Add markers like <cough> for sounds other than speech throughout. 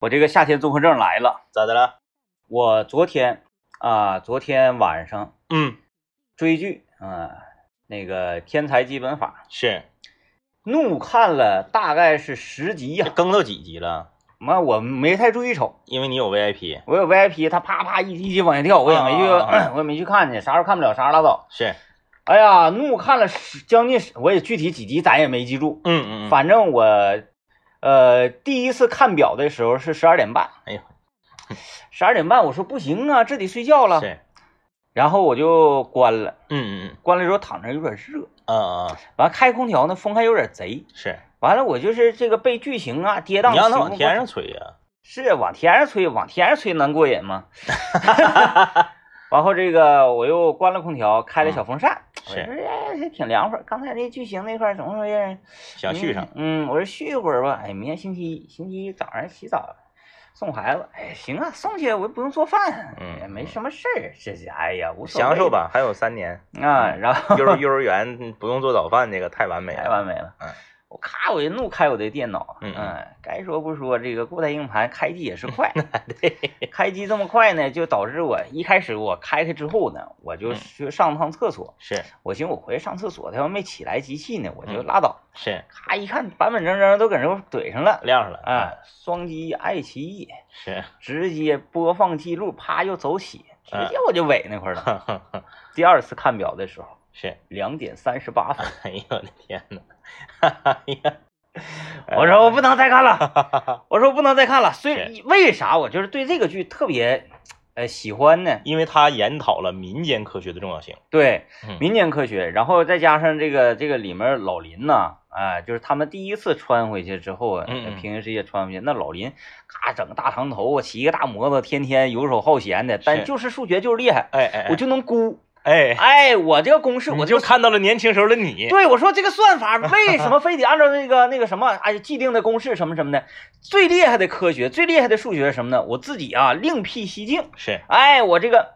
我这个夏天综合症来了。咋的了？我昨天啊、昨天晚上嗯，追剧，嗯、那个《天才基本法是》，怒看了大概是十集这呀、更到几集了？妈，我没太注意瞅，因为你有 VIP，我有 VIP，他啪啪一一集往下跳，我也没去，啊啊 <clears throat> 我也没去看去，啥时候看不了啥时候拉倒。是，哎呀，怒看了十将近十，我也具体几集咱也没记住，嗯嗯嗯，反正我，呃，第一次看表的时候是十二点半。哎呦，十二点半，我说不行啊，这得睡觉了。是，然后我就关了，嗯嗯关了之后躺着有点热，嗯，啊啊完了开空调呢，风还有点贼。是，完了，我就是这个被剧情啊跌宕。你让他往天上，吹呀？是啊往天上吹，往天上吹能过瘾 <laughs> 吗？然后这个我又关了空调，开了小风扇，我说嗯是哎还挺凉快儿。刚才那剧情那块儿怎么回事？想续上，嗯。嗯，我说续一会儿吧。哎，明天星期一，星期一早上起早送孩子。哎，行啊，送去我又不用做饭，嗯也没什么事儿。这是哎呀，无所谓享受吧，还嗯有三 <laughs> 年，啊。然后幼儿幼儿园嗯不用做早饭，这个太完美太了。完美了。嗯我咔，我就怒开我的电脑。嗯嗯嗯，该说不说，这个固态硬盘开机 <laughs> 也是快。 <laughs> 开机这么快呢，就导致我一开始我开开之后呢，我就嗯去上趟厕所。是我寻思我回去上厕所，他要没起来机器呢，我就嗯拉倒。是，咔一看，板板正正都搁这怼上了。亮上了，啊，双击爱奇艺，是， <laughs> 直接播放记录，啪又走起，直哎接我就尾那块儿了。 <laughs> 哼哼哼第二次看表的时候，是，两点三十八分，哎呦我的天哪， <laughs> 哎呀，哎呃我说我不能再看了。哈哈 <laughs> 哈，我说不能再看了。虽是为啥我就是对这个剧特别，呃，喜欢呢？因为他研讨了民间科学的重要性。对嗯，民间科学，然后再加上这个这个里面老林呐、啊，就是他们第一次穿回去之后啊，嗯嗯平行世界穿回去，那老林咔整个大长头啊，骑个大摩托，天天游手好闲的，但是就是数学就是厉害，哎哎，哎我就能估。哎，哎，我这个公式，我我这就个看到了年轻时候的你。对，我说这个算 <laughs> 法为什么非得按照那个那个什么，哎，既定的公式什么什么的？最厉害的科学，最厉害的数学是什么呢？我自己啊，另辟蹊径。是，哎，我这个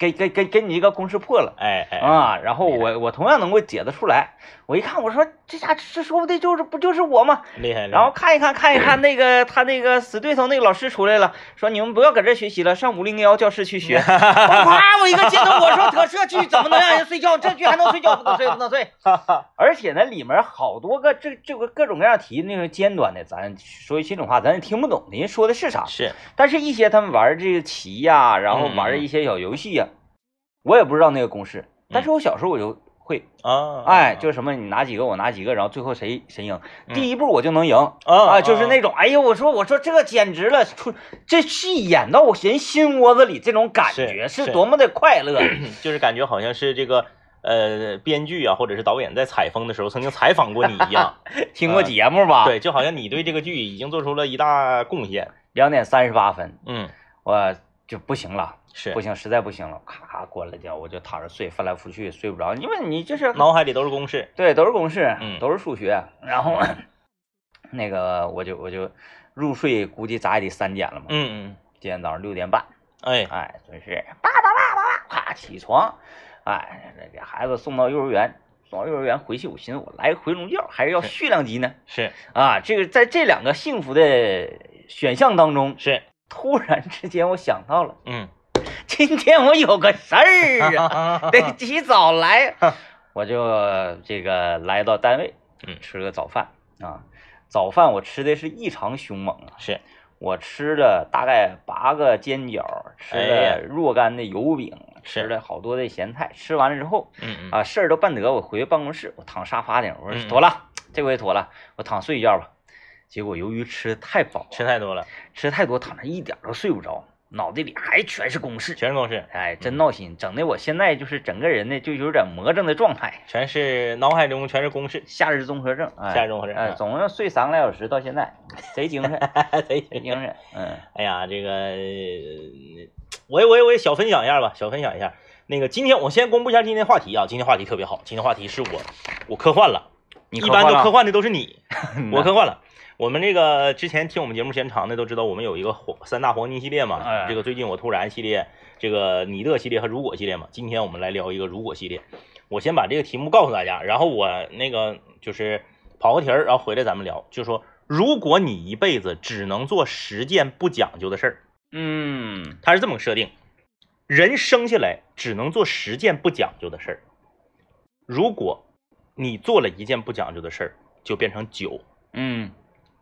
给给给给你一个公式破了哎哎，啊，然后厉我我同样能够解得出来。我一看，我说这家这说不定就是不就是我吗？哎厉害。厉害然后看一看看一看那个他那个死对头那个老师出来了，说你们不要搁这儿学习了，上五零幺教室去学。我啪，我一个接头，我说搁这剧怎么能让人睡觉？这剧还能睡觉？不能睡，不能睡。而且呢，里面好多个这这个各种各样题，那种尖端的，咱说句心里话，咱也听不懂，人家说的是啥。是但是，一些他们玩这个棋呀、然后玩一些小游戏呀、我也不知道那个公式。但是我小时候我就会，啊，哎，就是什么你拿几个，我拿几个，然后最后谁谁赢，嗯第一步我就能赢啊啊，就是那种，哎呀，我说我说这个简直了，出这戏演到我人心窝子里，这种感觉是是多么的快 <clears throat> 乐。嗯就是感觉好像是这个呃编剧啊，或者是导演在采风的时候曾经采访过你一 <laughs> 样。听过节目吧？，啊对，就好像你对这个剧已经做出了一大贡献。两点三十八分，嗯，我就不行了，是不，行，实在不行了，咔咔关了掉，我就躺着睡，翻来覆去睡不着，因为你就是脑海里都是公式。对，都是公式，嗯都是数学。然后那个我就我就入睡，估计咋也得三点了嘛。嗯嗯，今天早上六点半，哎，哎，真是叭叭叭叭叭，啪起床，哎，给孩子送到幼儿园，送到幼儿园回去，我寻思我来回笼觉，还是要是续两集呢。是啊，这个在这两个幸福的选项当中，是，突然之间我想到了， <laughs> 嗯，。今天我有个事儿啊。得起早来啊 <laughs> 我就这个来到单位，嗯吃了个早饭啊。早饭我吃的是异常凶猛啊！是，我吃了大概八个煎饺，吃哎呀了若干的油饼，是吃了好多的咸菜。吃完了之后嗯嗯，啊，事儿都办得，我回办公室，我躺沙发顶，我嗯说妥了，这回妥了，我躺睡一觉吧。结果由于吃得太饱，吃太多了，吃太多，躺那一点儿都睡不着，脑袋里还全是公式，全是公式，哎，真闹心，整的我现在就是整个人呢，就有点魔怔的状态，全是脑海中全是公式。夏日综合症，哎、夏日综合症 <laughs> 哎，嗯总共睡三个来小时，到现在贼精神，贼贼精 <laughs> 神，嗯，哎呀，这个呃我也我也我也小分享一下吧，小分享一下。那个今天我先公布一下今天话题啊，今天话题特别好，今天话题是我我科幻了，你一般都科幻幻的都是你，了，我科幻了。我们这个之前听我们节目时间长的都知道，我们有一个黄三大黄金系列嘛，哎这个最近我突然系列，这个你的系列和如果系列嘛。今天我们来聊一个如果系列，我先把这个题目告诉大家，然后我那个就是跑个题儿，然后回来咱们聊，就说如果你一辈子只能做十件不讲究的事儿，嗯它是这么个设定：人生下来只能做十件不讲究的事儿。如果你做了一件不讲究的事儿，就变成九；嗯，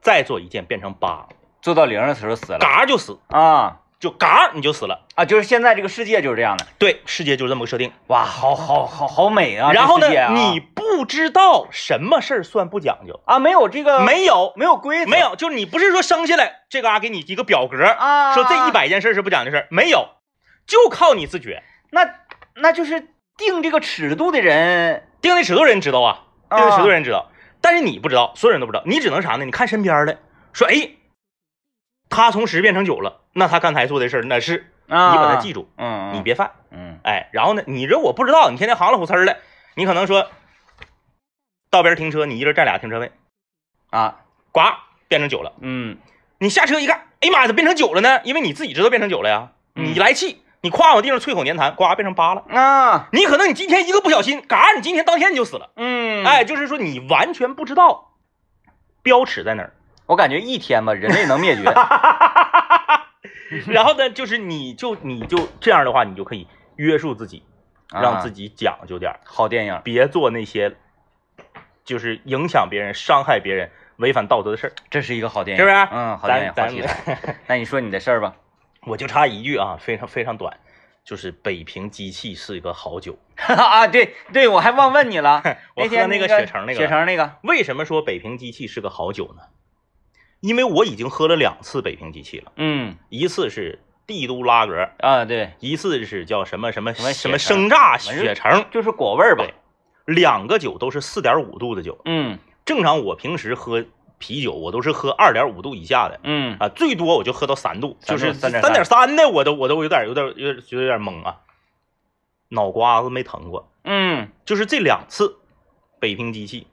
再做一件变成八，做到零的时候死了嘎就死，啊就嘎你就死了。啊！就是现在这个世界就是这样的，对，世界就是这么个设定。哇，好好好好美啊！然后呢这世界，啊你不知道什么事儿算不讲究，啊没有这个没有，没有规则，没有，就是你不是说生下来这嘎、给你一个表格，啊，说这一，百件事儿是不讲究事儿，没有，就靠你自觉。那那就是定这个尺度的人，定的尺度人知道啊，定的啊尺度人知道，但是你不知道，所有人都不知道，你只能啥呢？你看身边的，说哎，他从十变成九了，那他刚才做的事儿那是，啊，你把它记住，嗯，嗯，你别犯，嗯哎，然后呢，你这我不知道，你天天行了虎呲儿的，你可能说，道边停车，你一人占俩停车位，啊呱变成九了，嗯你下车一看，哎呀妈呀，怎么变成九了呢？因为你自己知道变成九了呀，嗯你来气，你夸往地上啐口粘痰，呱变成八了。啊你可能你今天一个不小心，嘎，你今天当天你就死了。嗯，哎，，就是说你完全不知道标尺在哪儿。我感觉一天吧，人类能灭 <laughs> 绝， <laughs> 然后呢，就是你就你就这样的话，你就可以约束自己，让 <laughs> 自己己讲究点儿，好电影，别做那些就是影响别人、伤害别人、违反道德的事儿，这是一个好电影，是不是？嗯，好电影，好咱题咱材。 <laughs> 那你说你的事儿吧， <laughs> 我就插一句啊，非常非常短，就是北平机器是一个好酒。，啊，对对，我还忘问你了 <laughs> 我喝天那那个雪橙那个雪橙那个为什么说北平机器是个好酒呢？因为我已经喝了两次北平机器了，嗯一次是帝都拉格，啊，对，一次是叫什么什么什么什么雪生橙榨反正雪橙，就是果味儿吧对。两个酒都是四点五度的酒。嗯正常我平时喝啤酒，我都是喝二点五度以下的嗯啊，最多我就喝到三度，三就度是3.3点三的我都我都有点有点有点觉得有点懵啊，脑瓜子没疼过。嗯就是这两次北平机器，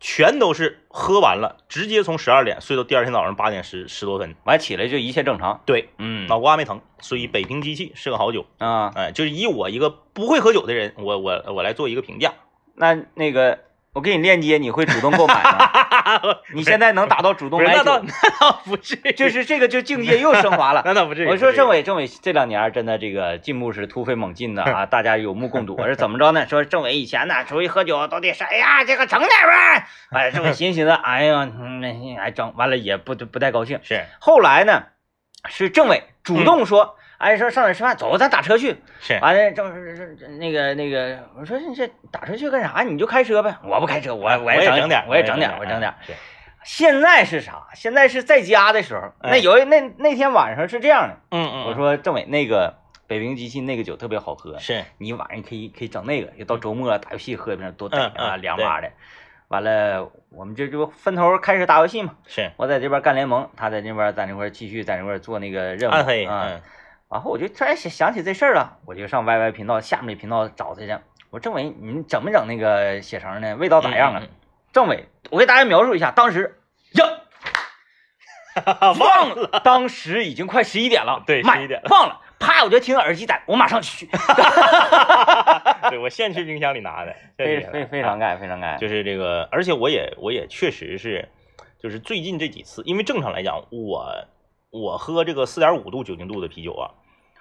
全都是喝完了直接从十二点睡到第二天早上八点十十多分，完起来就一切正常。对，嗯脑瓜没疼，所以北平机器是个好酒。啊，哎，就是以我一个不会喝酒的人，我我我来做一个评价。那那个我给你链接，你会主动购买 <laughs> 吗？你现在能达到主不动是买那倒酒，那倒不至于，就是这个就境界又升华 <laughs> 了。那倒不至于。我说政政委委，政委这两年儿真的这个进步是突飞猛进的 <laughs> 啊，大家有目共睹。我是怎么着呢？说政委以前呢出去喝酒都得是，哎呀这个整点儿呗。哎，政委寻思寻思，哎呀，嗯哎整完了也不不太高兴。是后来呢，是政委主动说，哎，说上哪儿吃饭，走，咱打车去。是，完了，政委说那个那个，我说你这打车去干啥？你就开车呗。我不开车，我我也整点儿，我也整点儿，我也整点儿。儿。是现在是啥？现在是在家的时候，那哎有一那那天晚上是这样的，嗯嗯，我说政委那个北平机器那个酒特别好喝，是，你晚上可以可以整那个，就到周末打游戏喝一瓶，多带嗯啊嗯两把的。完了，我们这就分头开始打游戏嘛。是我在这边干联盟，他在那边在那块儿继续在那块儿做那个任务。暗黑，啊嗯，然后我就突然想想起这事儿了，我就上 YY 频道下面的频道找他去。我说政委，你整没整那个血橙呢？味道咋样啊？嗯？政委，我给大家描述一下，当 <laughs> 时呀， <laughs> 忘了，了，当时已经快十一点了，对妈呀11点了忘了，啪，我就听耳机在，我马上去，嗯对我现去冰箱里拿的，非非非常感，非常感，就是这个，而且我也我也确实是，就是最近这几次，因为正常来讲，我我喝这个四点五度酒精度的啤酒啊，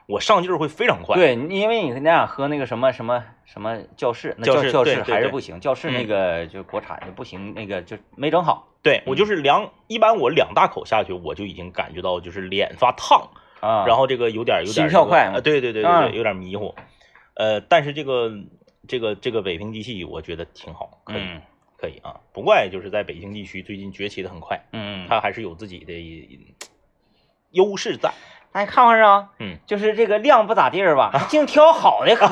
我上劲儿会非常快。，对，你因为你那样喝那个什么什么什么教室，那教教室教对室对还是对不行，教室那嗯个就国产就不行，那个就没整好对我就是两，一般我两大口下去，我就已经感觉到就是脸发烫，啊。然后这个有点有点心跳快嘛呃，对对对对嗯对，有点迷糊。呃，但是这个这个这个北平机器，我觉得挺好，可以、嗯可以啊。不怪就是在北京地区最近崛起的很快，嗯，它还是有自己的一优势在。哎，看看啊，嗯，啊就是这个量不咋地儿吧，净挑好的 <laughs> 喝。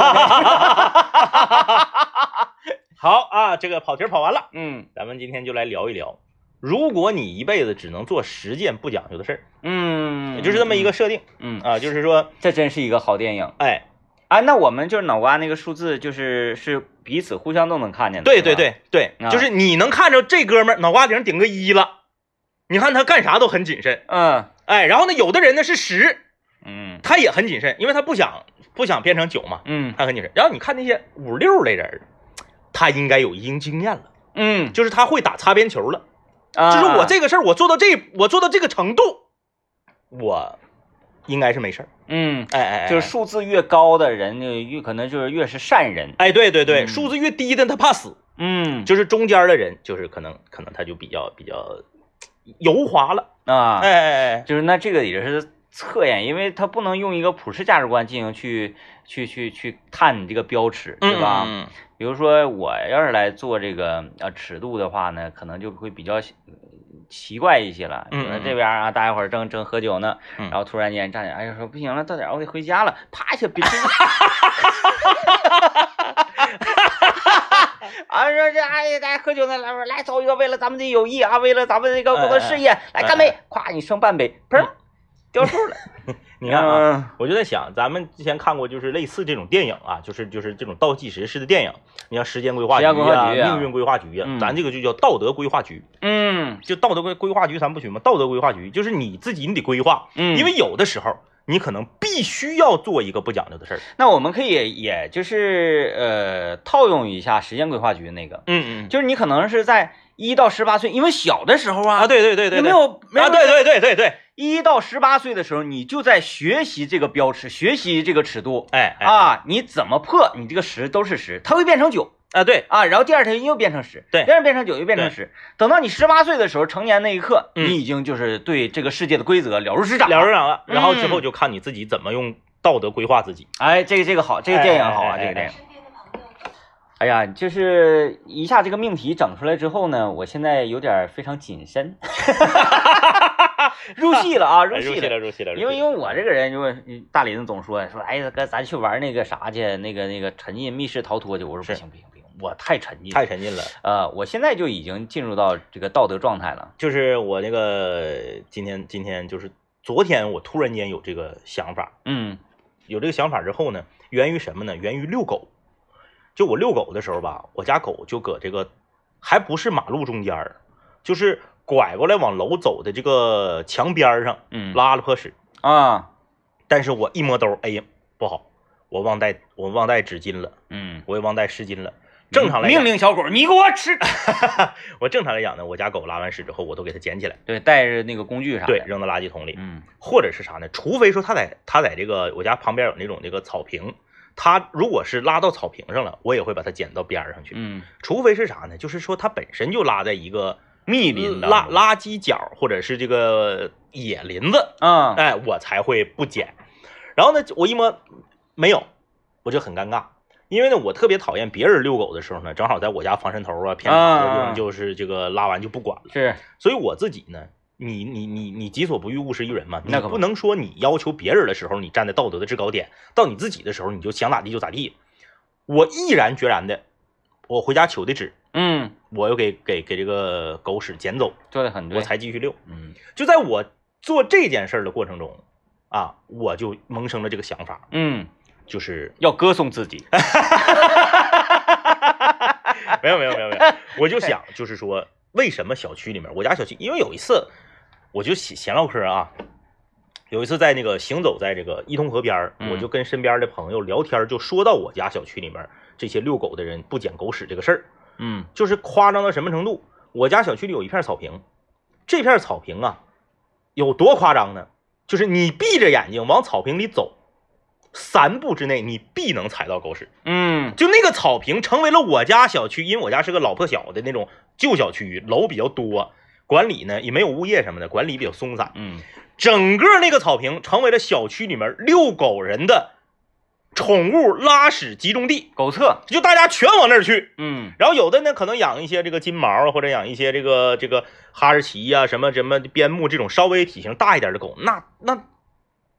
好啊，这个跑题儿跑完了，嗯咱们今天就来聊一聊，如果你一辈子只能做十件不讲究的事儿，嗯，也就是这么一个设定嗯，嗯，啊，就是说，这真是一个好电影。哎，哎，那我们就是脑瓜那个数字，就是是彼此互相都能看见的。对是吧对，对对，啊就是你能看着这哥们儿脑瓜顶上顶个一了，你看他干啥都很谨慎，嗯哎，然后呢，有的人呢是十，嗯他也很谨慎，因为他不想不想变成九嘛，嗯他很谨慎。然后你看那些五六类人儿，他应该有一定经验了，嗯就是他会打擦边球了，啊，就是我这个事儿，我做到这，我做到这个程度，我应该是没事儿。嗯，哎哎，哎就是数字越高的人，就越可能就是越是善人。哎，对对对，嗯数字越低的他怕死，嗯，就是中间的人，就是可能可能他就比较比较油滑了。啊，哎哎哎，就是那这个也是测验，因为他不能用一个普世价值观进行去去去去探你这个标尺，对吧？嗯？比如说我要是来做这个呃尺度的话呢，可能就会比较呃奇怪一些了。比如说嗯嗯这边啊，大家伙儿正正喝酒呢，嗯然后突然间站起来，哎呀说不行了，到点儿我得回家了， <laughs> 啪一下别。啊，说这哎呀，大家喝酒呢，来吧来走一个，为了咱们的友谊啊，为了咱们这个工作事哎业，来干杯！咵，你剩半杯，砰，掉数了。嗯你看啊，嗯，我就在想，咱们之前看过就是类似这种电影啊，就是就是这种倒计时式的电影，你像时间规划局时间规划局啊命运规划局啊，嗯咱这个就叫道德规划局。嗯就道德规规划局咱不行吗？道德规划局就是你自己你得规划，嗯，因为有的时候你可能必须要做一个不讲究的事儿。那我们可以也就是呃套用一下时间规划局那个，嗯嗯，就就是你可能是在一到十八岁，因为小的时候啊，啊，对对对对，你没对有没有啊，对对对对对，一到十八岁的时候，你就在学习这个标尺，学习这个尺度哎哎啊，你怎么破，你这个十都是十，它会变成九啊对，啊，然后第二天又变成十，对第二天变成九又变成十，等到你十八岁的时候，成年那一刻，嗯你已经就是对这个世界的规则了如指掌了如。掌了，嗯然后之后就看你自己怎么用道德规划自己。哎，这个这个好，这个电影好啊，哎哎哎这个电影。身边的朋友哎呀，就是一下这个命题整出来之后呢，我现在有点非常谨慎， <laughs> 入戏了啊，入哎入戏戏了。了，入戏了，入戏因为了因为我这个人，就是嗯大林子总说说，哎呀哥，咱去玩那个啥去，那个那个沉浸密室逃脱去。我说是不行不行不行，我太沉浸。太沉浸了。呃，我现在就已经进入到这个道德状态了。就是我那个今天今天就是昨天我突然间有这个想法，嗯有这个想法之后呢，源于什么呢？源于遛狗。就我遛狗的时候吧，我家狗就搁这个，还不是马路中间儿，就是拐过来往楼走的这个墙边儿上嗯拉了泼屎。啊但是我一摸兜，哎呀，不好，我忘带我忘带纸巾了，嗯，我也忘带湿巾了。正常来命讲，令小狗，你给我 <laughs> 吃。我正常来讲呢，我家狗拉完屎之后，我都给它捡起来，对，带着那个工具啥的。对，，扔到垃圾桶里。嗯或者是啥呢？除非说他在他在这个我家旁边有那种这个草坪，他如果是拉到草坪上了，我也会把它捡到边儿上去。嗯，除非是啥呢？就是说它本身就拉在一个密林的垃垃圾角或者是这个野林子，啊哎，我才会不捡。然后呢，我一摸没有，我就很尴尬。因为呢，我特别讨厌别人遛狗的时候呢，正好在我家防渗头啊、偏旁的地啊方，就是这个拉完就不管了。是所以我自己呢，你你你你己所不欲，勿施于人嘛。你那可不不能说你要求别人的时候，你站在道德的制高点；到你自己的时候，你就想咋地就咋地。我毅然决然的，我回家取的纸，嗯，我又给给给这个狗屎捡走，做的很对。我才继续遛。嗯就在我做这件事儿的过程中，啊，我就萌生了这个想法，嗯，就是要歌颂自己。 <laughs> 没有没有没有没有，我就想就是说，为什么小区里面，我家小区，因为有一次我就闲闲唠嗑啊，有一次在那个行走在这个伊通河边儿，嗯我就跟身边的朋友聊天儿，就说到我家小区里面这些遛狗的人不捡狗屎这个事儿， <laughs> 嗯就是夸张到什么程度？我家小区里有一片草坪，这片草坪啊有多夸张呢？就是你闭着眼睛往草坪里走，三步之内你必能踩到狗屎。嗯就那个草坪成为了我家小区，因为我家是个老破小的那种旧小区，楼比较多，管理呢也没有物业什么的，管理比较松散。嗯，整个那个草坪成为了小区里面遛狗人的宠物拉屎集中地，狗厕。就大家全往那儿去。嗯然后有的呢可能养一些这个金毛啊，或者养一些这个这个哈士奇呀、什么什么边牧这种稍微体型大一点的狗，那那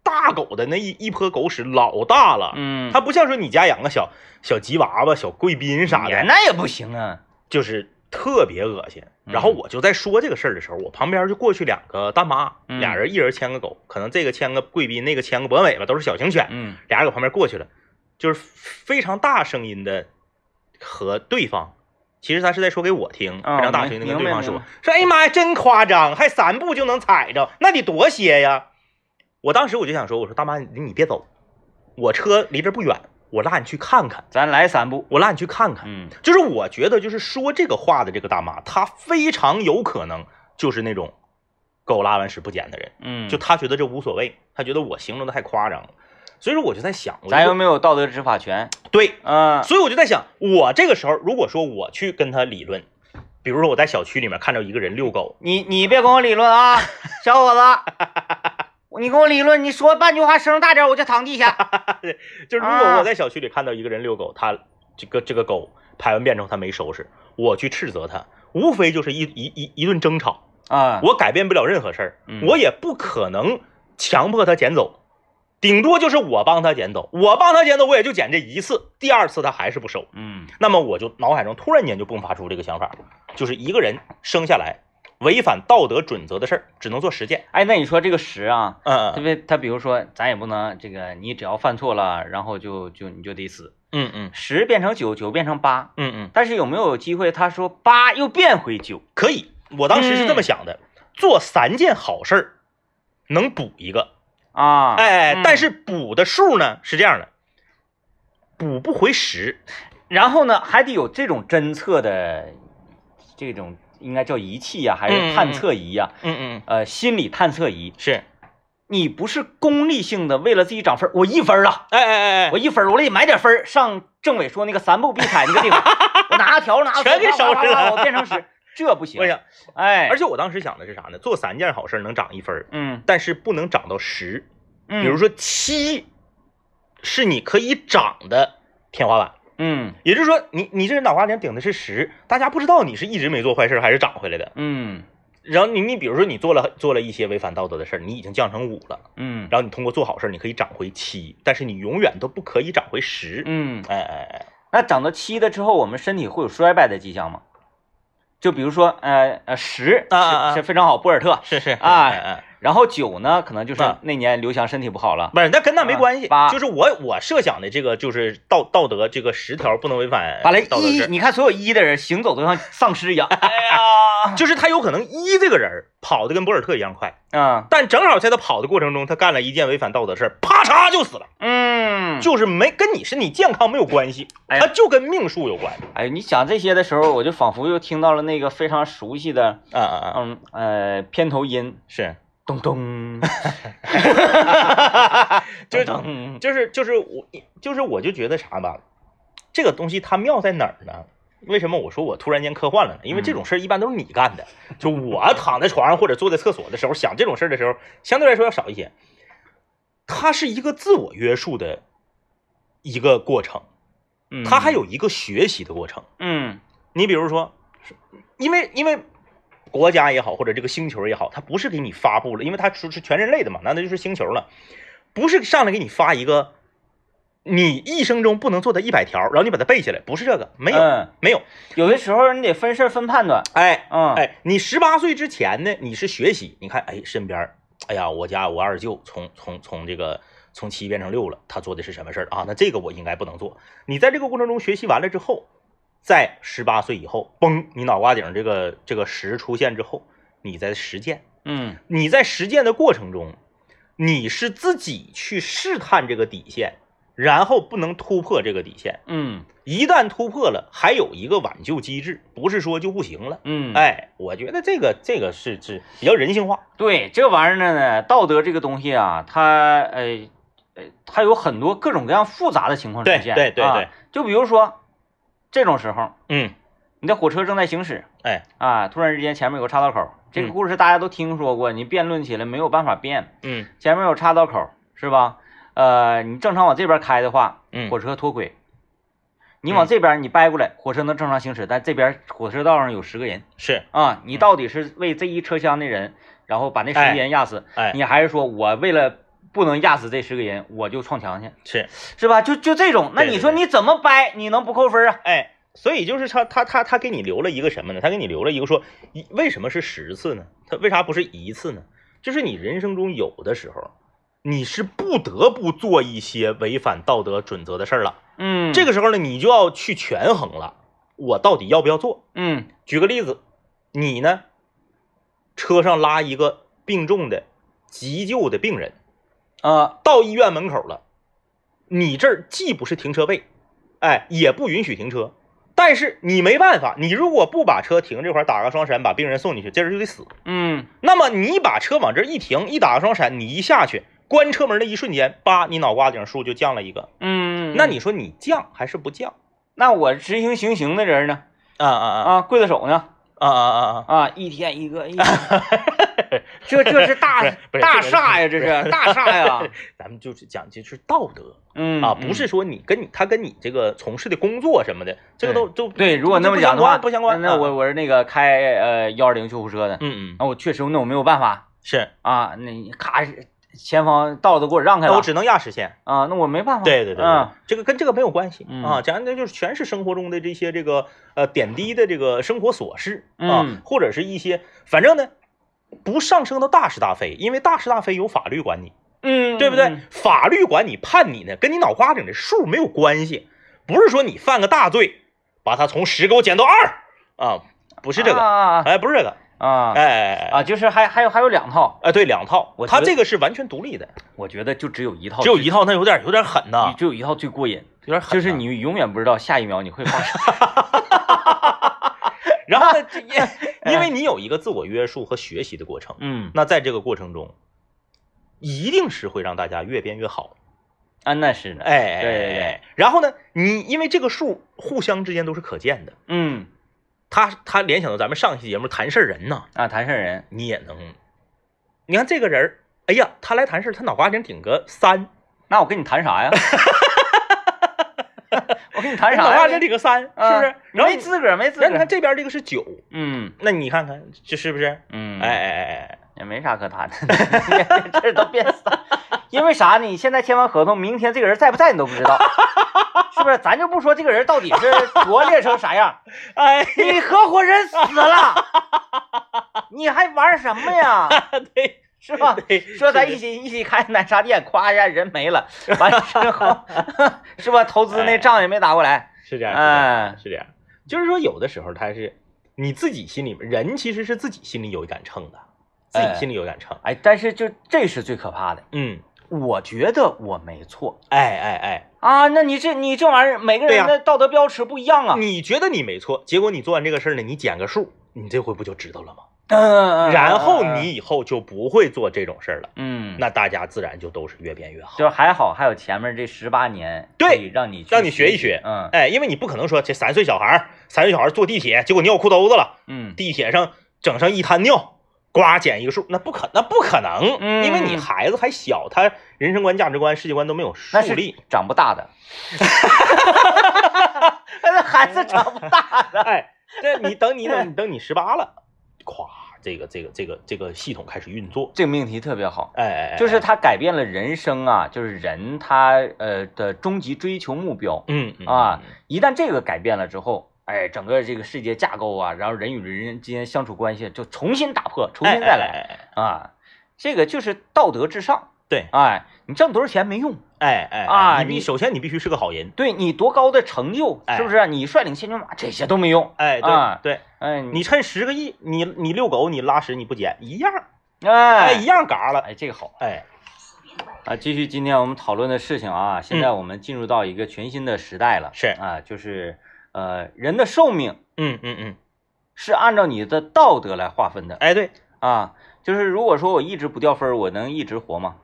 大狗的那一一泼狗屎老大了，嗯，它不像说你家养个小小吉娃娃、小贵宾啥你的，那也不行啊。就是特别恶心。嗯然后我就在说这个事儿的时候，我旁边就过去两个大妈，嗯俩人一人牵个狗，可能这个牵个贵宾，那个牵个博美吧，都是小型犬，嗯俩人搁旁边过去了，就是非常大声音的和对方。其实他是在说给我听，啊非常大声音的明跟对明白方明说白：“说哎呀妈呀，真夸张，还三步就能踩着，那得多些呀！”我当时我就想说：“我说大妈，你你别走，我车离这不远，我拉你去看看，咱来三步。我拉你去看看。”嗯就是我觉得，就是说这个话的这个大妈，她非常有可能就是那种狗拉完屎不捡的人，嗯，就他觉得这无所谓，他觉得我形容的太夸张了，所以说我就在想，我咱就又没有道德执法权，对， <laughs> 嗯所以我就在想，我这个时候如果说我去跟他理论，比如说我在小区里面看着一个人遛狗，你你别跟我理论 <laughs> 啊，小伙子，你跟我理论，你说半句话声大点，我就躺地下。就是如啊果我在小区里看到一个人遛狗，他这个这个狗排完便之后他没收拾，我去斥责他，无非就是一一一一顿争吵， <laughs> 啊，我改变不了任何事儿，嗯我也不可能强迫他捡走，顶多就是我帮他捡走，我帮他捡走我也就捡这一次，第二次他还是不收，嗯那么我就脑海中突然间就迸发出这个想法，就是一个人生下来违反道德准则的事儿只能做实践，哎，那你说这个十啊，嗯特嗯别他比如说，咱也不能这个，你只要犯错了，然后就就你就得死，嗯嗯十变成九，九变成八，嗯嗯，但是有没有机会他说八又变回九？可以，我当时是这么想的，做三件好事儿能补一个，啊，哎，嗯但是补的数呢是这样的，补不回十，然后呢，还得有这种侦测的这种应该叫仪器呀、还嗯嗯是嗯探测仪呀、嗯嗯，呃，心理探测仪。是，你不是功利性的，为了自己涨分儿，我一分儿了，哎哎哎我一分儿，我得买点分儿上政委说那个三步必踩那个地方，我拿个条 <laughs> 儿拿个全给手啪啪啪收拾啪了我变成十，这不行。我想，哎，而且且我当时想的是啥呢？做三件好事儿能涨一分儿，嗯，但是不能涨到十，比比如说七是你可以涨的天花板。嗯也就是说，你你这个脑瓜顶顶的是十，大家不知道你是一直没做坏事儿还是涨回来的。嗯然后你你比如说你做了做了一些违反道德的事儿，你已经降成五了，嗯然后你通过做好事儿你可以涨回七，但是你永远都不可以涨回十。嗯，哎哎哎，那涨到七的之后，我们身体会有衰败的迹象吗？就比如说，呃呃，十啊啊啊是是非常好，博尔特，是是啊哎哎然后九呢，可能就是啊那年刘翔身体不好了，不是，那跟那没关系，啊八就是我我设想的这个就是道道德这个十条不能违反完了嗯道德一，制，你看所有一的人行走都像丧尸一样，哎呀，就是他有可能一这个人儿跑得跟博尔特一样快，嗯但正好在他跑的过程中，他干了一件违反道德的事儿，啪嚓就死了，嗯，就是没跟你身体健康没有关系，哎呀他就跟命数有关。哎，你讲这些的时候，我就仿佛又听到了那个非常熟悉的，啊啊啊！嗯呃，片头音，是，咚 <laughs> 咚，就是咚，就是就是我就是我就觉得啥吧，这个东西它妙在哪儿呢？为什么我说我突然间科幻了呢？因为这嗯种事儿一般都是你干的，就我躺在床上或者坐在厕所的时候想这种事儿的时候，相对来说要少一些。它是一个自我约束的一个过程，它还，有一个学习的过程。嗯你比如说，因为因为国家也好，或者这个星球也好，它不是给你发布了，因为它是是全人类的嘛，那那就是星球了，不是上来给你发一个你一生中不能做的一百条，然后你把它背下来，不是这个，没有、嗯没有，有的时候你得分事儿分判断，哎嗯，，哎，你十八岁之前呢，你是学习，你看，哎，身边儿，哎呀，我家我二舅从从从这个从七变成六了，他做的是什么事儿啊？那这个我应该不能做。你在这个过程中学习完了之后，在十八岁以后，嘣，你脑瓜顶儿这个这个十出现之后，你在实践，嗯你在实践的过程中，你是自己去试探这个底线，然后不能突破这个底线。嗯一旦突破了，还有一个挽救机制，不是说就不行了。嗯，，哎，我觉得这个这个是是比较人性化。对，这玩意儿呢，道德这个东西啊，它呃呃，它有很多各种各样复杂的情况出对现，对对啊对，就比如说这种时候，嗯，你的火车正在行驶，哎，啊，突然之间前面有个岔道口，这嗯个故事大家都听说过，你辩论起来没有办法辩，嗯前面有岔道口是吧？呃，你正常往这边开的话，嗯火车脱轨；你往这边你掰过来，火车能正常行驶，但这边火车道上有十个人是，啊，你到底是为这一车厢的人，然后把那十个人压死，嗯哎，你还是说我为了不能压死这十个人，我就撞墙去，是，是吧？就就这种，那对你对说对你怎么掰，你能不扣分啊？哎，所以就是他他他他给你留了一个什么呢？他给你留了一个说，一为什么是十次呢？他为啥不是一次呢？就是你人生中有的时候，你是不得不做一些违反道德准则的事儿了。嗯，这个，个时候呢，你就要去权衡了，我到底要不要做？嗯举个例子，你呢，车上拉一个病重的急救的病人。啊，到医院门口了，你这儿既不是停车位，哎，也不允许停车，但是你没办法，你如果不把车停这块儿打个双闪，把病人送进去，这人就得死。嗯，那么你把车往这一停，一打个双闪，你一下去关车门的一瞬间，叭，你脑瓜顶数就降了一个。嗯，那你说你降还是不降？那我执行行刑的人呢？啊啊啊啊，刽子手呢？啊啊啊！啊，一天一个，一 <laughs> 天这这是大不是大这个厦呀，这是大厦 <laughs> 呀。咱们就是讲究是道德嗯啊，不是说你跟你他跟你这个从事的工作什么的，这个都都对，如果那么讲的话，不相关。啊那那我我是那个开呃幺二零救护车的，啊嗯嗯那我确实那我没有办法是，啊，那你咔前方道都给我让开那了我只能压实线。啊，那我没办法。对对对，嗯这个跟这个没有关系嗯啊，讲的就是全是生活中的这些这个呃点滴的这个生活琐事啊，嗯或者是一些反正呢不上升到大是大非，因为大是大非由法律管你，嗯，对不对？嗯？法律管你判你呢，跟你脑瓜顶的数没有关系，不是说你犯个大罪，把它从十给我减到二啊，不是这个，啊哎，不是这个，啊哎哎哎啊，就是还还有还有两套，哎，对，两套我，觉它得这个是完全独立的，我觉得就只有一套，只有一套，那有点有点狠呐，只有一套最过瘾，啊有点狠呐，就啊是你永远不知道下一秒你会发生。<laughs> 然后啊呢，这因哎因为你有一个自我约束和学习的过程，嗯，那在这个过程中，一定是会让大家越变越好。啊，那是的，哎，哎对对对。哎哎然后呢，你因为这个数互相之间都是可见的，嗯他他联想到咱们上一期节目谈事儿人呐，啊，谈事儿人，你也能，你看这个人儿，哎呀，他来谈事儿，他脑瓜顶顶个三，那我跟你谈啥呀？ <laughs> 我跟你谈脑啥瓜顶呀？顶个三，是啊不是？然后没你资格，没资然后你格看。这边这个是九，嗯那你看看这是不是？嗯，哎哎哎哎哎。也没啥可谈的， <laughs> 这都变散。因为啥呢？你现在签完合同，明天这个人在不在你都不知道，是不是？咱就不说这个人到底是拙劣成啥样，哎你合伙人死了，你还玩什么呀？对，是吧？对说咱一起一起开奶茶店，夸一下人没了，完之后 <laughs> 是吧？投资那账也没打过来，是这样，是这样哎，是这样，就是说有的时候他是你自己心里面，人其实是自己心里有一杆秤的，自己心里有一杆秤。哎，但是就这是最可怕的，嗯，我觉得我没错哎哎哎，啊。那你这你这玩意儿，每个对人呀的道德标尺不一样啊。你觉得你没错，结果你做完这个事儿呢，你减个数，你这回不就知道了吗？嗯，然后你以后就不会做这种事儿了，嗯，那大家自然就都是越变越好。就是还好，还有前面这十八年，对可以让你去让你学一学嗯哎，因为你不可能说这三岁小孩儿，三岁小孩儿坐地铁，结果尿裤兜子了，嗯，地铁上整上一滩尿，呱减一个数，那不可那不可能，嗯因为你孩子还小，他人生观、价值观、世界观都没有树那是立。长不大的， <laughs> 那孩子长不大的，哎，这你等你等你等你十八了，咵，这个这个这个这个系统开始运作， <laughs> 这个命题特别好。哎哎，哎就是它改变了人生啊，就是人他呃的终极追求目标。嗯嗯啊嗯一旦这个改变了之后，哎，整个这个世界架构啊，然后人与人之间相处关系就重新打破，重新再哎来哎哎哎啊。这个就是道德至上，对，哎，你挣多少钱没用，哎哎哎啊你必你首先你必须是个好人，对你多高的成就，哎是不是啊、你率领千军万马这些都没用，哎啊对对，哎，你你趁十个亿，你你遛狗你拉屎你不捡一样，哎一哎样嘎了，哎，这个好哎啊！继续今天我们讨论的事情啊，现在我们进入到一个全新的时代了，是啊，就是呃，人的寿命嗯嗯嗯，是按照你的道德来划分的哎对啊。就是如果说我一直不掉分儿，我能一直活吗？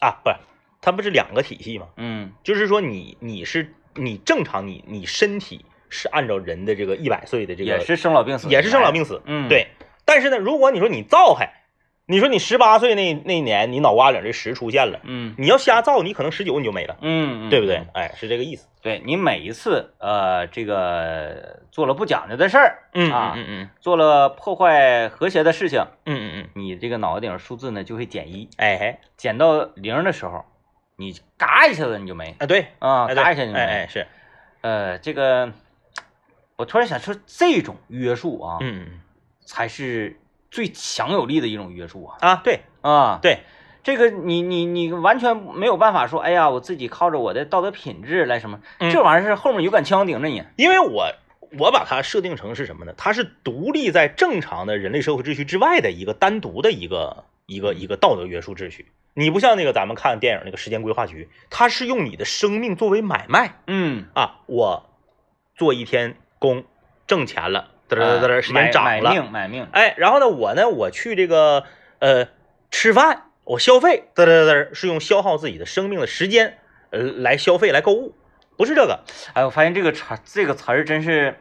啊不是，它不是两个体系吗？嗯就是说你你是你正常你你身体是按照人的这个一百岁的这个也是生老病死，也是生老病死，嗯对。但是呢，如果你说你造害，你说你十八岁那那一年你脑瓜顶这十出现了，嗯你要瞎造，你可能十九你就没了，嗯，嗯对不对？？哎，是这个意思。对你每一次呃，这个做了不讲究的事儿，啊嗯嗯做了破坏和谐的事情，嗯嗯嗯，你这个脑袋顶数字呢就会减一，哎哎减到零的时候，你嘎一下子你就没啊对，啊，哎嘎对一下你就没。哎哎是，呃，这个我突然想说，这种约束啊，嗯嗯才是最强有力的一种约束啊啊对啊！对，这个你你你完全没有办法说，哎呀，我自己靠着我的道德品质来什么，嗯这玩意儿是后面有杆枪顶着你。因为我。我把它设定成是什么呢？它是独立在正常的人类社会秩序之外的一个单独的一个一个一个道德约束秩序。你不像那个咱们看电影那个时间规划局，它是用你的生命作为买卖，嗯啊，我做一天工，挣钱了，嘚儿嘚儿嘚儿，时间涨呃啊买了，命买命，哎，然后呢，我呢，我去这个呃吃饭，我消费，嘚儿嘚儿嘚儿，是用消耗自己的生命的时间，呃，来消费来购物，不是这个，哎，我发现这个词儿这个词儿真是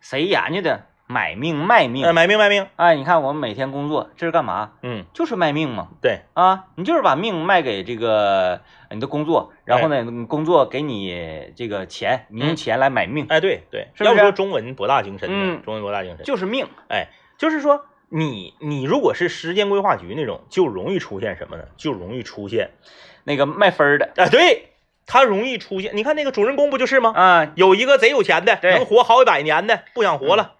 谁研究的？买命卖命呃，。买命卖命，哎，你看我们每天工作，这是干嘛？嗯，就是卖命嘛。对，啊，你就是把命卖给这个呃你的工作，然后呢，你工作给你这个钱，你用哎嗯钱来买命，哎，对对，是不要不是说中文博大精深呢，嗯中文博大精深，就是命。哎，就是说你你如果是时间规划局那种，就容易出现什么呢？就容易出现那个卖分儿的啊，对，他容易出现。你看那个主人公不就是吗？啊有一个贼有钱的，对能活好几百年的，不想活了，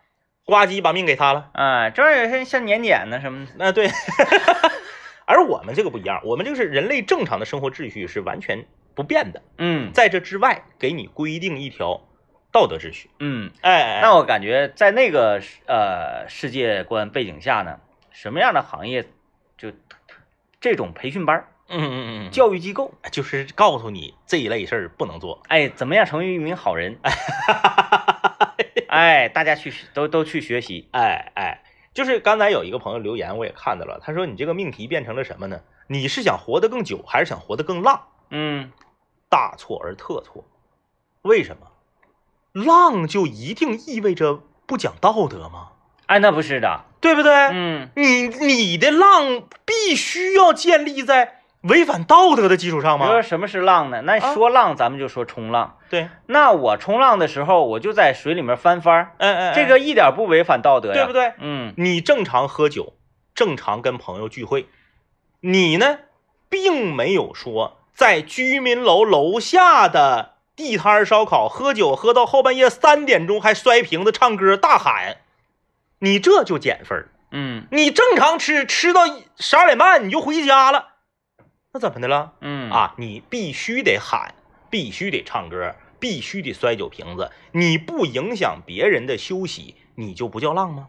呱唧把命给他 <laughs> 了。啊，这玩意儿像像年检呢什么的。那、对， <laughs> 而我们这个不一样，我们这个是人类正常的生活秩序是完全不变的，嗯在这之外给你规定一条道德秩序。嗯，哎哎，那我我感觉在那个世呃世界观背景下呢，什么样的行业就这种培训班儿、嗯嗯嗯，就教育机构，就是告诉你这一类事儿不能做。哎，怎么样成为一名好 <laughs> 人？哎，大家去学都都去学习。哎哎，就是刚才有一个朋友留言，我也看到了，他说你这个命题变成了什么呢？你是想活得更久，还是想活得更浪？嗯，大错而特错。为什么？浪就一定意味着不讲道德吗？哎，那不是的。对不对？嗯你你的浪必须要建立在违反道德的基础上你说吗？什么是浪呢？那啊说浪，咱们就说冲浪。对，那我冲浪的时候，我就在水里面翻翻儿，哎哎，哎这个一点不违反道德呀，对不对？对？嗯你正常喝酒，正常跟朋友聚会，你呢，并没有说在居民楼楼下的地摊儿烧烤喝酒，喝到后半夜三点钟还摔瓶子、唱歌、大喊，你这就减分儿。嗯你正常吃，吃到十二点半你就回家了，那怎么的了？嗯，啊，你必须得喊，必须得唱歌，必须得摔酒瓶子，你不影响别人的休息，你就不叫浪吗？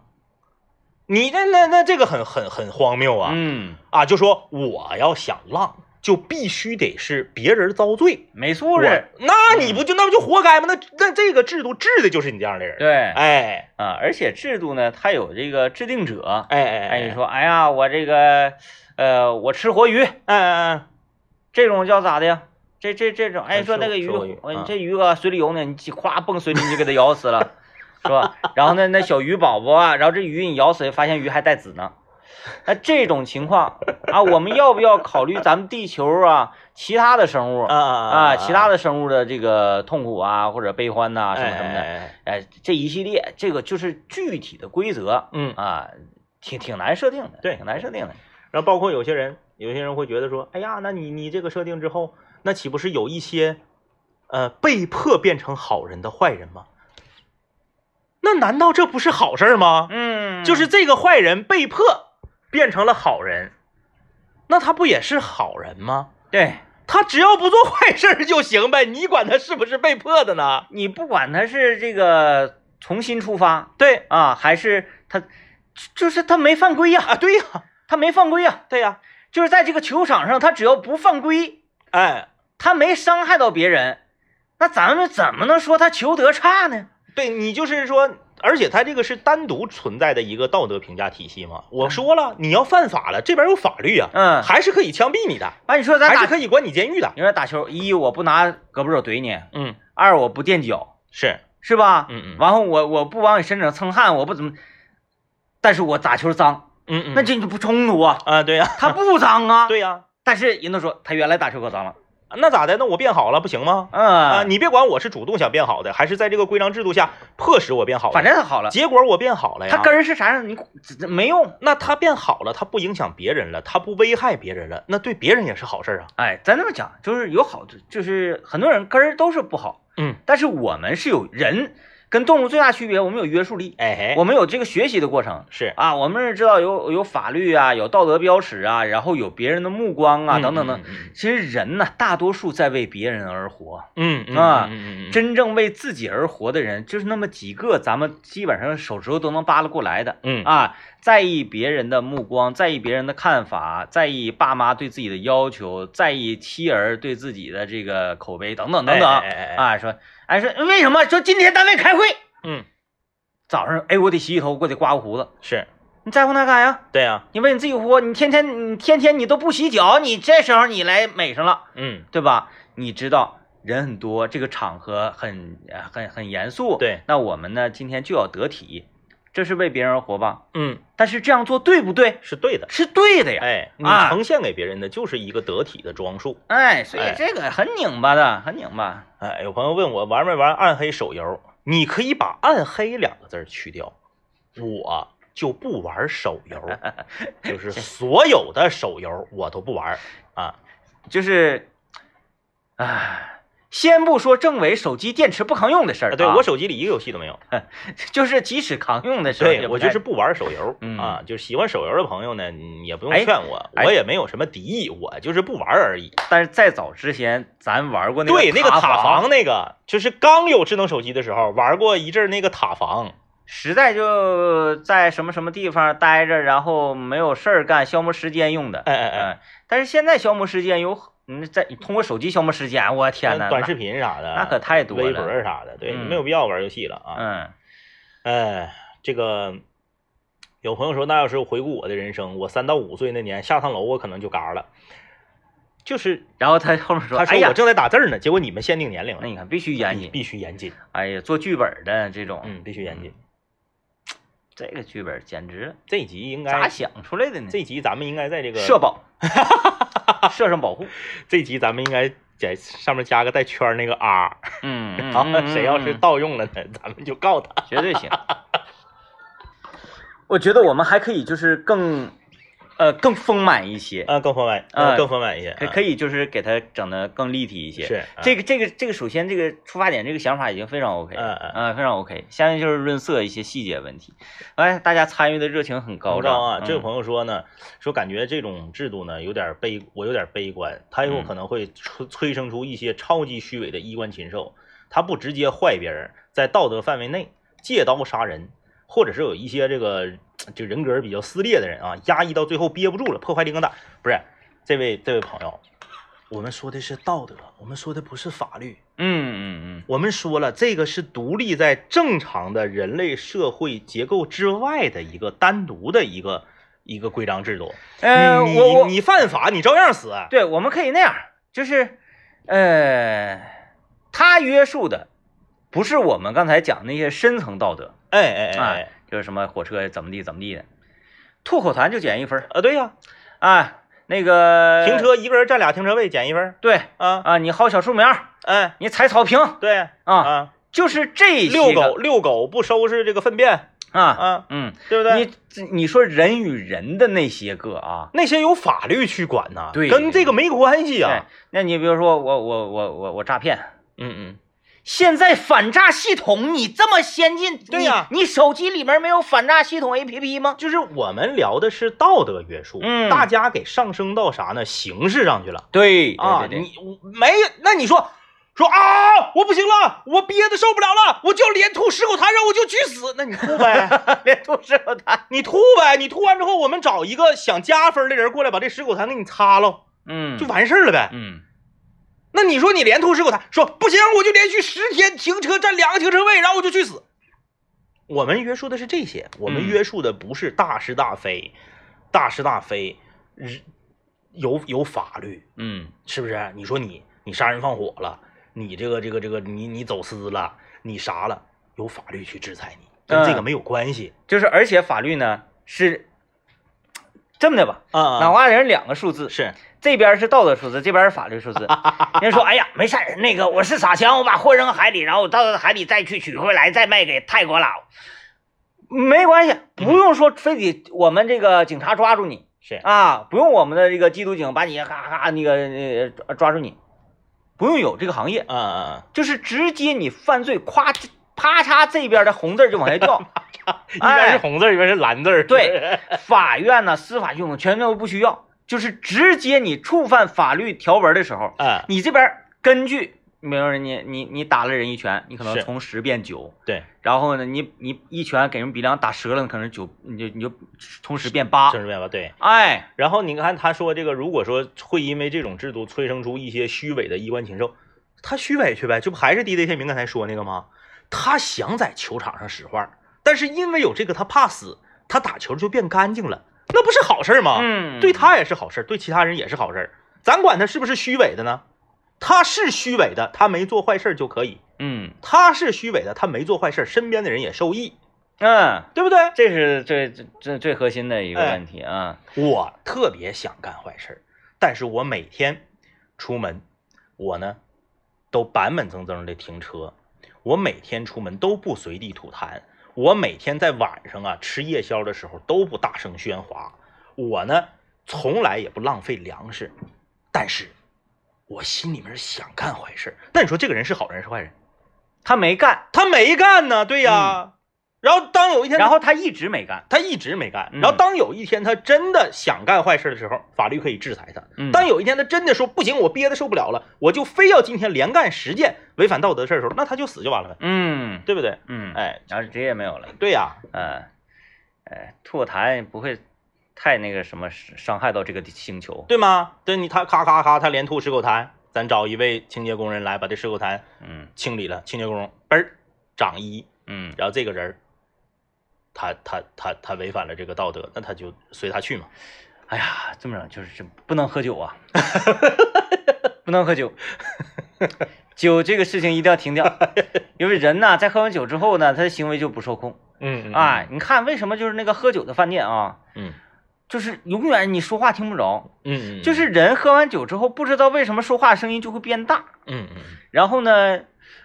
你这那那这个很很很荒谬啊、嗯，啊！就说我要想浪，就必须得是别人遭罪，没素质。我？那你嗯不就那不就活该吗？那那这个制度治的就是你这样的人。，对啊，哎而且制度呢，它有这个制定者。哎哎哎，你，说，哎呀，我这个，呃，我吃活鱼，哎哎哎，这种叫咋的呀？这这这种，哎，嗯说那吃个活鱼吃活鱼，哎嗯这鱼搁水里游呢，你起夸蹦水里你就给它咬死了，是吧？然后呢，那小鱼宝宝啊，然后这鱼你咬死，发现鱼还带子呢。那这种情况啊，我们要不要考虑咱们地球啊其他的生物啊啊啊，其他的的生物的这个痛苦啊或者悲欢呐、什么什么的？哎哎哎，这一系列这个就是具体的规则嗯，啊，挺挺难设定的，对挺难设定的。然后包括有些人，有些人会觉得说，哎呀，那你你这个设定之后，那岂不是有一些，呃，被迫变成好人的坏人吗？那难道这不是好事儿吗？嗯，就是这个坏人被迫变成了好人，那他不也是好人吗？对。他只要不做坏事儿就行呗，你管他是不是被迫的呢？你不管他是这个重新出发对啊，还是他，就就是他没犯规呀、啊，对呀、他没犯规呀、对呀、就是在这个球场上，他只要不犯规，哎，他没伤害到别人，那咱们怎么能说他球德差呢？对你就是说，而且他这个是单独存在的一个道德评价体系嘛。我说了，你要犯法了，这边有法律啊，嗯，还是可以枪毙你的，完、你说咱还是打，可以关你监狱的。你说打球，一我不拿胳膊肘怼你，嗯，二我不垫脚，是，是吧？嗯嗯然后我我不往你身上蹭汗，我不怎么，但是我打球脏，嗯嗯那这就不冲突 <laughs> 啊。啊，对呀、他不脏啊，对呀、但是人都说他原来打球可脏了，那咋的？那我变好了不行吗？嗯、啊，你别管我是主动想变好的，还是在这个规章制度下迫使我变好的，反正他好了，结果我变好哎了呀。他根儿是啥样，你这这没用。那他变好了，他不影响别人了，他不危害别人了，那对别人也是好事儿啊。哎，咱这么讲，就是有好，就是很多人根儿都是不好，嗯，但是我们是有人跟动物最大区别，我们有约束力，哎嘿，我们有这个学习的过程是，啊，我们是知道有有法律啊，有道德标尺啊，然后有别人的目光啊，嗯等等等。，嗯其实人呢，大多数在为别人而活，嗯嗯啊嗯嗯嗯，真正为自己而活的人就是那么几个，咱们基本上手指头都能扒拉过来的。嗯啊，在意别人的目光，在意别人的看法，在意爸妈对自己的要求，在意妻儿对自己的这个口碑等等等等。哎哎哎哎啊，说，哎说为什么？说今天单位开会，嗯，早上哎我得洗洗头，我得刮个胡子，是你在乎那干啥？对啊呀，你为你自己活，你天天你天天你都不洗脚，你这时候你来美上了。嗯，对吧？你知道人很多，这个场合很呃很很严肃。对，那我们呢今天就要得体，这是为别人而活吧？嗯，但是这样做对不对？是对的。是对的呀。哎，你啊呈现给别人的就是一个得体的装束。哎，所以哎这个很拧巴的，很拧巴。哎，有朋友问我玩没玩暗黑手游，你可以把“暗黑”两个字儿去掉，我就不玩手游， <laughs> 就是所有的手游我都不玩啊。就是，唉，先不说政委手机电池不扛用的事儿、啊，对我，手机里一个游戏都没有。就是即使扛用的事儿也对不太，我就是不玩手游嗯啊，就是喜欢手游的朋友呢，你也不用哎劝我，哎我也没有什么敌意，我就是不玩而已。但是再早之前咱玩过那个对，那个塔防，防那个，就是刚有智能手机的时候玩过一阵儿那个塔防，实在就在什么什么地方待着，然后没有事儿干，消磨时间用的。哎哎哎，嗯，但是现在消磨时间有很，嗯，在通过手机消磨时间，我天呐，短视频啥的，那可太多了微博啥的，对，嗯没有必要玩游戏了那，啊。嗯，哎，这个有朋友说，那要是回顾我的人生，我三到五岁那年下趟楼，我可能就嘎了。就是然后他后面说，他哎说呀我，正在打字呢，结果你们限定年龄那了，你看必须严你谨，必须严谨，哎呀，做剧本的这种，嗯，必须严谨。这个剧本简直了，这集应咋该，想出来的呢？这集咱们应该在这个社 <laughs> 保，设上保护，这集咱们应该在上面加个带圈儿那个 R，嗯，嗯然后谁要是，嗯盗用了 <laughs> 呢，咱们就告他。嗯绝对行。 <laughs> 我觉得我们还可以就是更，呃，更丰满一些，啊，更丰满，啊更丰满一些，可啊可以就是给它整的更立体一些。是啊这个这个这个，首先这个出发点这个想法已经非常 OK，嗯嗯嗯，非常 OK。下面就是润色一些细节问题，哎，大家参与的热情很高高招涨啊！这位嗯朋友说呢，说感觉这种制度呢有点悲，我有点悲观，它有嗯可能会催催生出一些超级虚伪的衣冠禽兽，他不直接坏别人，在道德范围内借刀杀人，或者是有一些这个就人格比较撕裂的人啊，压抑到最后憋不住了，破坏力更大。不是，这位这位朋友，我们说的是道德，我们说的不是法律。嗯嗯我们说了，这个是独立在正常的人类社会结构之外的一个单独的一个一个规章制度。嗯，呃，你我我你犯法，你照样死。哎对，我们可以那样，就是，呃，他约束的不是我们刚才讲那些深层道德，哎哎哎哎哎，，就是什么火车怎么地怎么地的，吐口痰就减一分儿啊，对呀，啊，那个停，车一个人占俩停车位减一分对啊。啊，你薅小树苗儿，哎，你踩草坪对啊，啊，就是这些遛狗个遛狗不收拾这个粪便啊，啊，嗯，对不对？你这你说人与人的那些个啊，那些由法律去管呐，对跟这个没关系啊对呀。，那你比如说我我我我我诈骗，嗯嗯，现在反诈系统你这么先进，对呀你你手机里面没有反诈系统 APP 吗？就是我们聊的是道德约束，嗯大家给上升到啥呢？形式上去了。对啊，对对对你我没有那你说说啊，我不行了，我憋的受不了了，我就连吐十口痰，然后我就去死，那你吐呗，连吐舌头痰，你吐呗，你吐完之后，我们找一个想加分的人过来把这十口痰给你擦喽，嗯，就完事儿了呗。嗯，那你说你连吐十口痰，说不行，我就连续十天停车占两个停车位，然后我就去死。我们约束的是这些，我们嗯约束的不是大是大非，大是大非，人有有法律，嗯是不是？你说你你杀人放火了，你这个这个这个你你走私了，你啥了，有法律去制裁你，跟这个嗯没有关系就是而且法律呢是这么的吧，啊脑瓜仁两个数字，嗯是这边是道德数字，这边是法律数字。人家说，哎呀，没事儿，那个我是傻枪，我把货扔海里，然后我到海里再去取回来，再卖给泰国佬，没关系，不用说非得我们这个警察抓住你是，啊，不用我们的这个缉毒警把你哈哈那个呃抓住你，不用有这个行业，啊 <laughs> 啊，就是直接你犯罪，咵啪嚓这边的红字就往下掉，一边哎是红字儿，一边是蓝字儿， <laughs> 对，法院呐、司法系统全都不需要，就是直接你触犯法律条文的时候，啊你这边根据没有人你你你打了人一拳，你可能是从十变九，对，然后呢，你你一拳给人鼻梁打折了，可能九你就你就从十变八政，治变法对。哎，然后你看他说这个，如果说会因为这种制度催生出一些虚伪的衣冠禽兽，他虚伪去呗，这不还是 DJ 天明刚才说那个吗？他想在球场上使坏，但是因为有这个他怕死，他打球就变干净了，那不是好事吗？嗯，对他也是好事，对其他人也是好事。咱管他是不是虚伪的呢？他是虚伪的，他没做坏事就可以；嗯他是虚伪的，他没做坏事，身边的人也受益，嗯，对不对？这是最最最最核心的一个哎问题啊，我特别想干坏事儿，但是我每天出门，我呢都板板正正的停车，我每天出门都不随地吐痰，我每天在晚上啊吃夜宵的时候都不大声喧哗，我呢从来也不浪费粮食，但是我心里面想干坏事儿。那你说这个人是好人是坏人？他没干，他没干呢，对呀。然后当有一天他然后他一直没干，他一直没干。嗯然后当有一天他真的想干坏事的时候，法律可以制裁他。嗯当有一天他真的说不行，我憋的受不了了，我就非要今天连干十件违反道德的事儿的时候，那他就死就完了呗，嗯对不对？嗯，哎，然后职业没有了，对呀、嗯，哎，吐痰不会太那个什么伤害到这个星球，对吗？对你他咔咔咔，他连吐十口痰，咱找一位清洁工人来把这十口痰嗯清理了，清洁工嘣儿长一，嗯然后这个人儿他他他他违反了这个道德，那他就随他去嘛。哎呀，这么整就是这不能喝酒啊， <laughs> 不能喝酒，酒这个事情一定要停掉，因为人呐，在喝完酒之后呢，他的行为就不受控。嗯哎，，你看为什么就是那个喝酒的饭店啊，嗯就是永远你说话听不着，嗯，就是人喝完酒之后，不知道为什么说话声音就会变大，嗯嗯然后呢，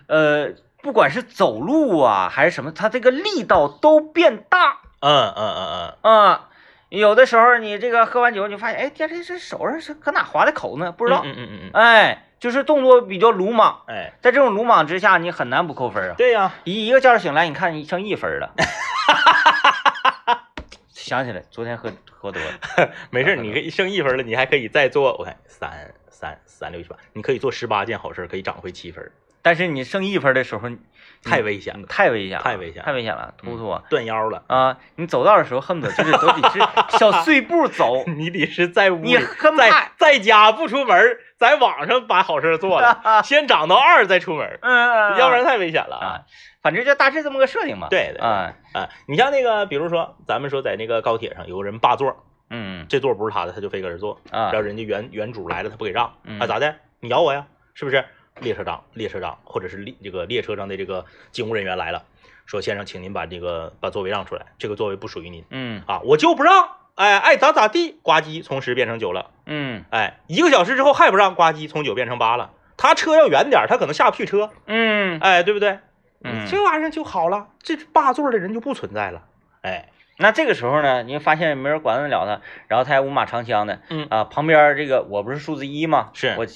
呃，不管是走路啊还是什么，他这个力道都变大。嗯嗯嗯啊、有的时候你这个喝完酒，你发现，哎，这这这手上是搁哪划的口呢？不不知道，嗯嗯嗯嗯。哎，就是动作比较鲁莽，哎，在这种鲁莽之下，你很难不扣分啊。对呀、一一个觉醒来，你看你剩一分了， <laughs> 想起来昨天喝喝多了，没事儿，你可以剩一分了，你还可以再做，我看三三三六一十八，你可以做十八件好事儿，可以涨回七分儿，但是你剩一分的时候，你太危险了，太危险了，嗯太嗯危险了嗯太危险了，突突啊。断腰了， <laughs> 啊，你走道的时候恨不得就是都得是小碎步 <laughs> 走，你得是在屋你里，很在怕，在家不出门儿，在网上把好事儿 <laughs> 做了，先涨到二再出门儿，嗯，要不然太危险了啊，反正就大致这么个设定嘛。对对对啊，啊！你像那个，比如说咱们说在那个高铁上有个人霸座，嗯这座不是他的，他就非搁这坐，啊然后人家原原主来了，他不给让嗯啊，咋的？你咬我呀？是不是？列车长，列车长，或者是列这个列车上的这个警务人员来了，说先生，请您把这个把座位让出来，这个座位不属于您嗯啊，我就不让，哎，爱咋咋地，呱唧从十变成九了，嗯哎，一个小时之后还不让，呱唧从九变成八了，他车要远点儿，他可能下不去车，嗯，哎，对不对？嗯这玩意儿就好了，这霸座的人就不存在了，哎，那这个时候呢，你就发现没人管得了他，然后他还五马长枪的，嗯啊，旁边这个我不是数字一吗？是我战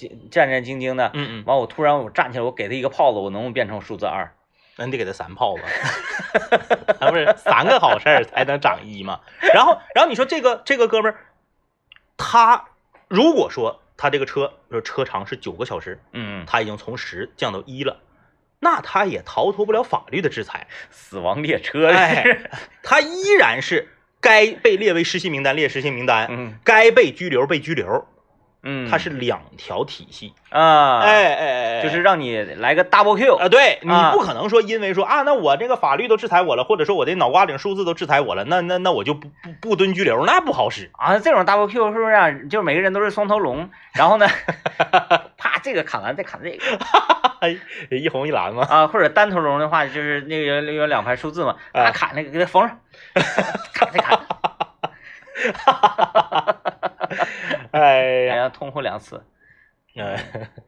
战战兢兢的，嗯嗯，完我突然我站起来，我给他一个炮子，我能不能变成数字二？那你得给他三炮吧， <laughs> 啊不是三个好事儿才能长一嘛。然后，然后你说这个这个哥们儿，他如果说他这个车，比如车长是九个小时，嗯，他已经从十降到一了，那他也逃脱不了法律的制裁，死亡列车，哎，他依然是该被列为失信名单，列失信名单， <laughs> 嗯该被拘留被拘留，嗯，他是两条体系，啊，，哎哎哎，就是让你来个 double 啊， Q，对你啊不可能说因为说啊，那我这个法律都制裁我了，或者说我这脑瓜顶数字都制裁我了，那那那我就不不不蹲拘留，那不好使。 <laughs> 啊，这种 double Q 是不是啊？就是每个人都是双头龙，然后呢， <laughs> 啪这个砍完再砍这个，哎一红一蓝嘛， <laughs> 啊，或者单头龙的话，就是那个有有两排数字嘛，啊他砍那个给它缝上，砍再砍， <laughs> 哎哎呀，呀，通过两次。嗯，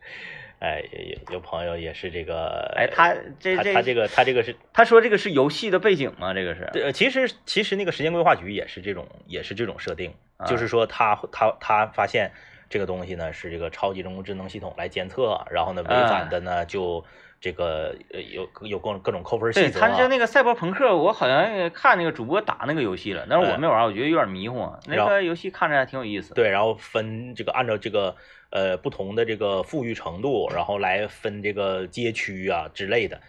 <laughs> 哎，有有朋友也是这个，哎，他这他这他这个他这个是，他说这个是游戏的背景吗？这个是，呃，其实其实那个时间规划局也是这种也是这种设定，啊就是说他他他发现这个东西呢是这个超级人工智能系统来监测，然后呢啊违反的呢就这个呃有有各各种扣分对，细则他啊。是那个赛博朋克，我好像看那个主播打那个游戏了，但是我没玩，我觉得有点迷糊啊。那哎然后个游戏看着还挺有意思。对，然后分这个按照这个呃不同的这个富裕程度，然后来分这个街区啊之类的。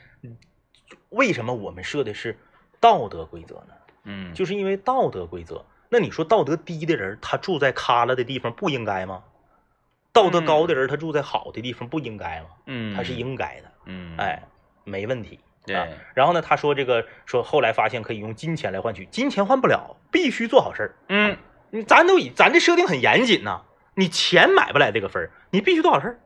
为什么我们设的是道德规则呢？嗯，就是因为道德规则。那你说道德低的人，他住在旮旯的地方不应该吗？道德高的人，他住在好的地方不应该吗？嗯，他是，应该的，嗯，哎，，没问题。啊对，然后呢，他说这个说后来发现可以用金钱来换取，金钱换不了，必须做好事儿。嗯，你咱都以咱这设定很严谨呐、你钱买不来这个分儿，你必须多少事儿。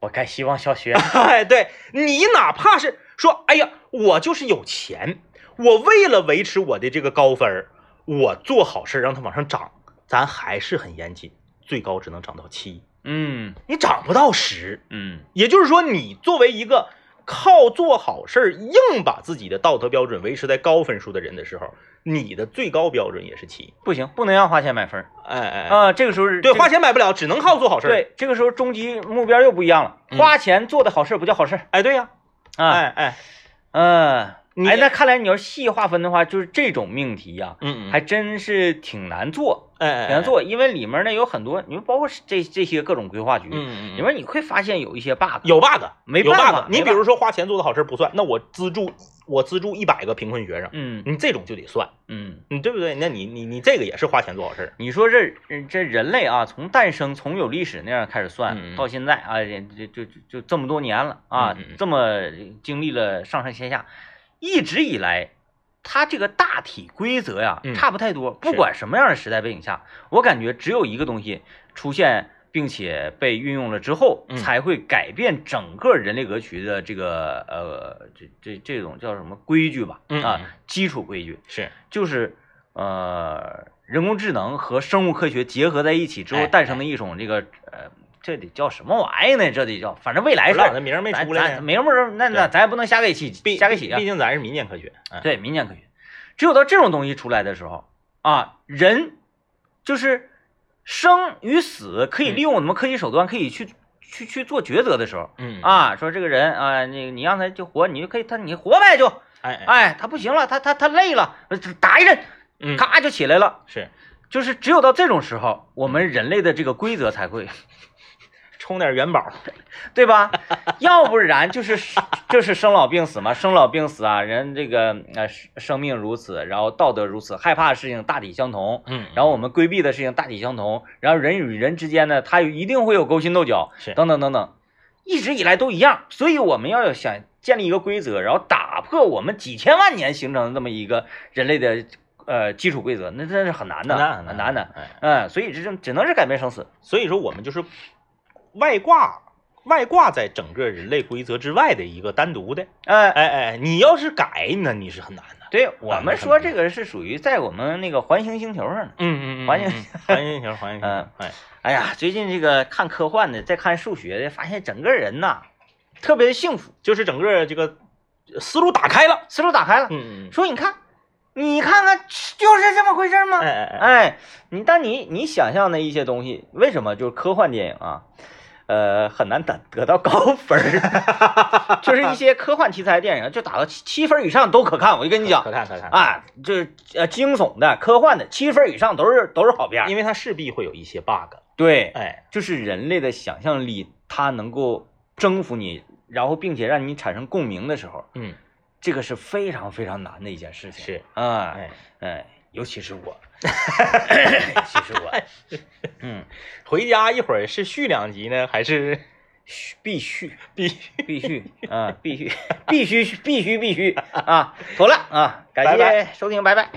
我该希望小学， <laughs> 哎，对你哪怕是说，哎呀，我就是有钱，我为了维持我的这个高分儿，我做好事儿让它往上涨，咱还是很严谨，最高只能涨到七， <laughs> 嗯你涨不到十。嗯也就是说，你作为一个靠做好事儿硬把自己的道德标准维持在高分数的人的时候，你的最高标准也是七。不行，不能让花钱买分儿哎哎哎，啊、这个时候是对，这个花钱买不了，只能靠做好事儿。，对，这个时候终极目标又不一样了，嗯花钱做的好事不叫好事儿哎对呀、啊，哎哎，嗯、你哎，那看来你要细划分的话，就是这种命题呀、嗯嗯，还真是挺难做，哎哎挺哎难，做，因为里面呢有很多，你们包括这这些各种规划局，嗯嗯里嗯，面你会发现有一些 bug，有 bug，没有办 bug 法没你比办如说花钱做的好事儿不算，那我资助我资助一百个贫困学生，嗯你这种就得算，嗯，你对不对？那你你你这个也是花钱做好事儿。你说这这人类啊，从诞生从有历史那样开始算，嗯嗯到现在啊，也就就就就这么多年了啊，嗯嗯嗯这么经历了上上下下，一直以来，它这个大体规则呀、嗯差不太多。不是管什么样的时代背景下，我感觉只有一个东西出现并且被运用了之后，嗯才会改变整个人类格局的这个呃这这这种叫什么规矩吧嗯啊嗯嗯基础规矩。是，就是呃，人工智能和生物科学结合在一起之后哎诞生的一种这个呃，这得叫什么玩意呢？这得叫，反正未来事不知道那儿，名儿没哎咱出来咱呢，没什么人，那那咱也不能瞎给起毕瞎给起啊毕。竟咱是民间科学，哎对，民间科学，只有到这种东西出来的时候啊，人就是生与死可以利用我们科技手段，可以去去去做抉择的时候。嗯，啊，说这个人啊，那个你让他就活，你就可以他你活呗就，哎哎，哎，他不行了，他他他累了，呃打一针，嗯，咔就起来了，是就是只有到这种时候，我嗯们人类的这个规则才会，充点元宝，对 <laughs> 吧？要不然就是就是生老病死嘛，生老病死啊，人这个呃生生命如此，然后道德如此，害怕的事情大体相同，嗯然后我们规避的事情大体相同，然后人与人之间呢，它有一定会有勾心斗角是，等等等等，一直以来都一样，所以我们要想建立一个规则，然后打破我们几千万年形成的这么一个人类的呃基础规则，那真是很难的，难很难的。哎嗯，所以这就只能是改变生死。所以说我们就是外挂，外挂在整个人类规则之外的一个单独的。哎、哎哎，你要是改呢，你是很难的。对我啊们没什说么这个是属于在我们那个环形星球上呢。嗯环境环境型，环境型，嗯哎，哎呀，最近这个看科幻的，再看数学的，发现整个人呐，特别的幸福，就是整个这个思路打开了。思路打开了。嗯嗯，说你看，你看 <sniffs> 看，就是这么回事吗？哎哎哎，哎，你但你你想象的一些东西，为什么就是科幻电影啊，呃，很难得得到高分儿 <laughs> 就是一些科幻题材电影，就打到七七分以上都可看。我就跟你讲可，看可看，啊，这呃惊悚的、科幻的，七分以上都是都是好片儿。因为它势必会有一些 bug。对，哎，就是人类的想象力，它能够征服你，然后并且让你产生共鸣的时候，嗯，这个是非常非常难的一件事情。是，啊，哎，哎，尤其是 <laughs> 我，尤其是 <laughs> 我，嗯，回家一会儿是续两集呢，还是 <laughs> 须必须必须？必须啊，必须必须必须必须啊，妥了啊，感拜谢拜收听，拜拜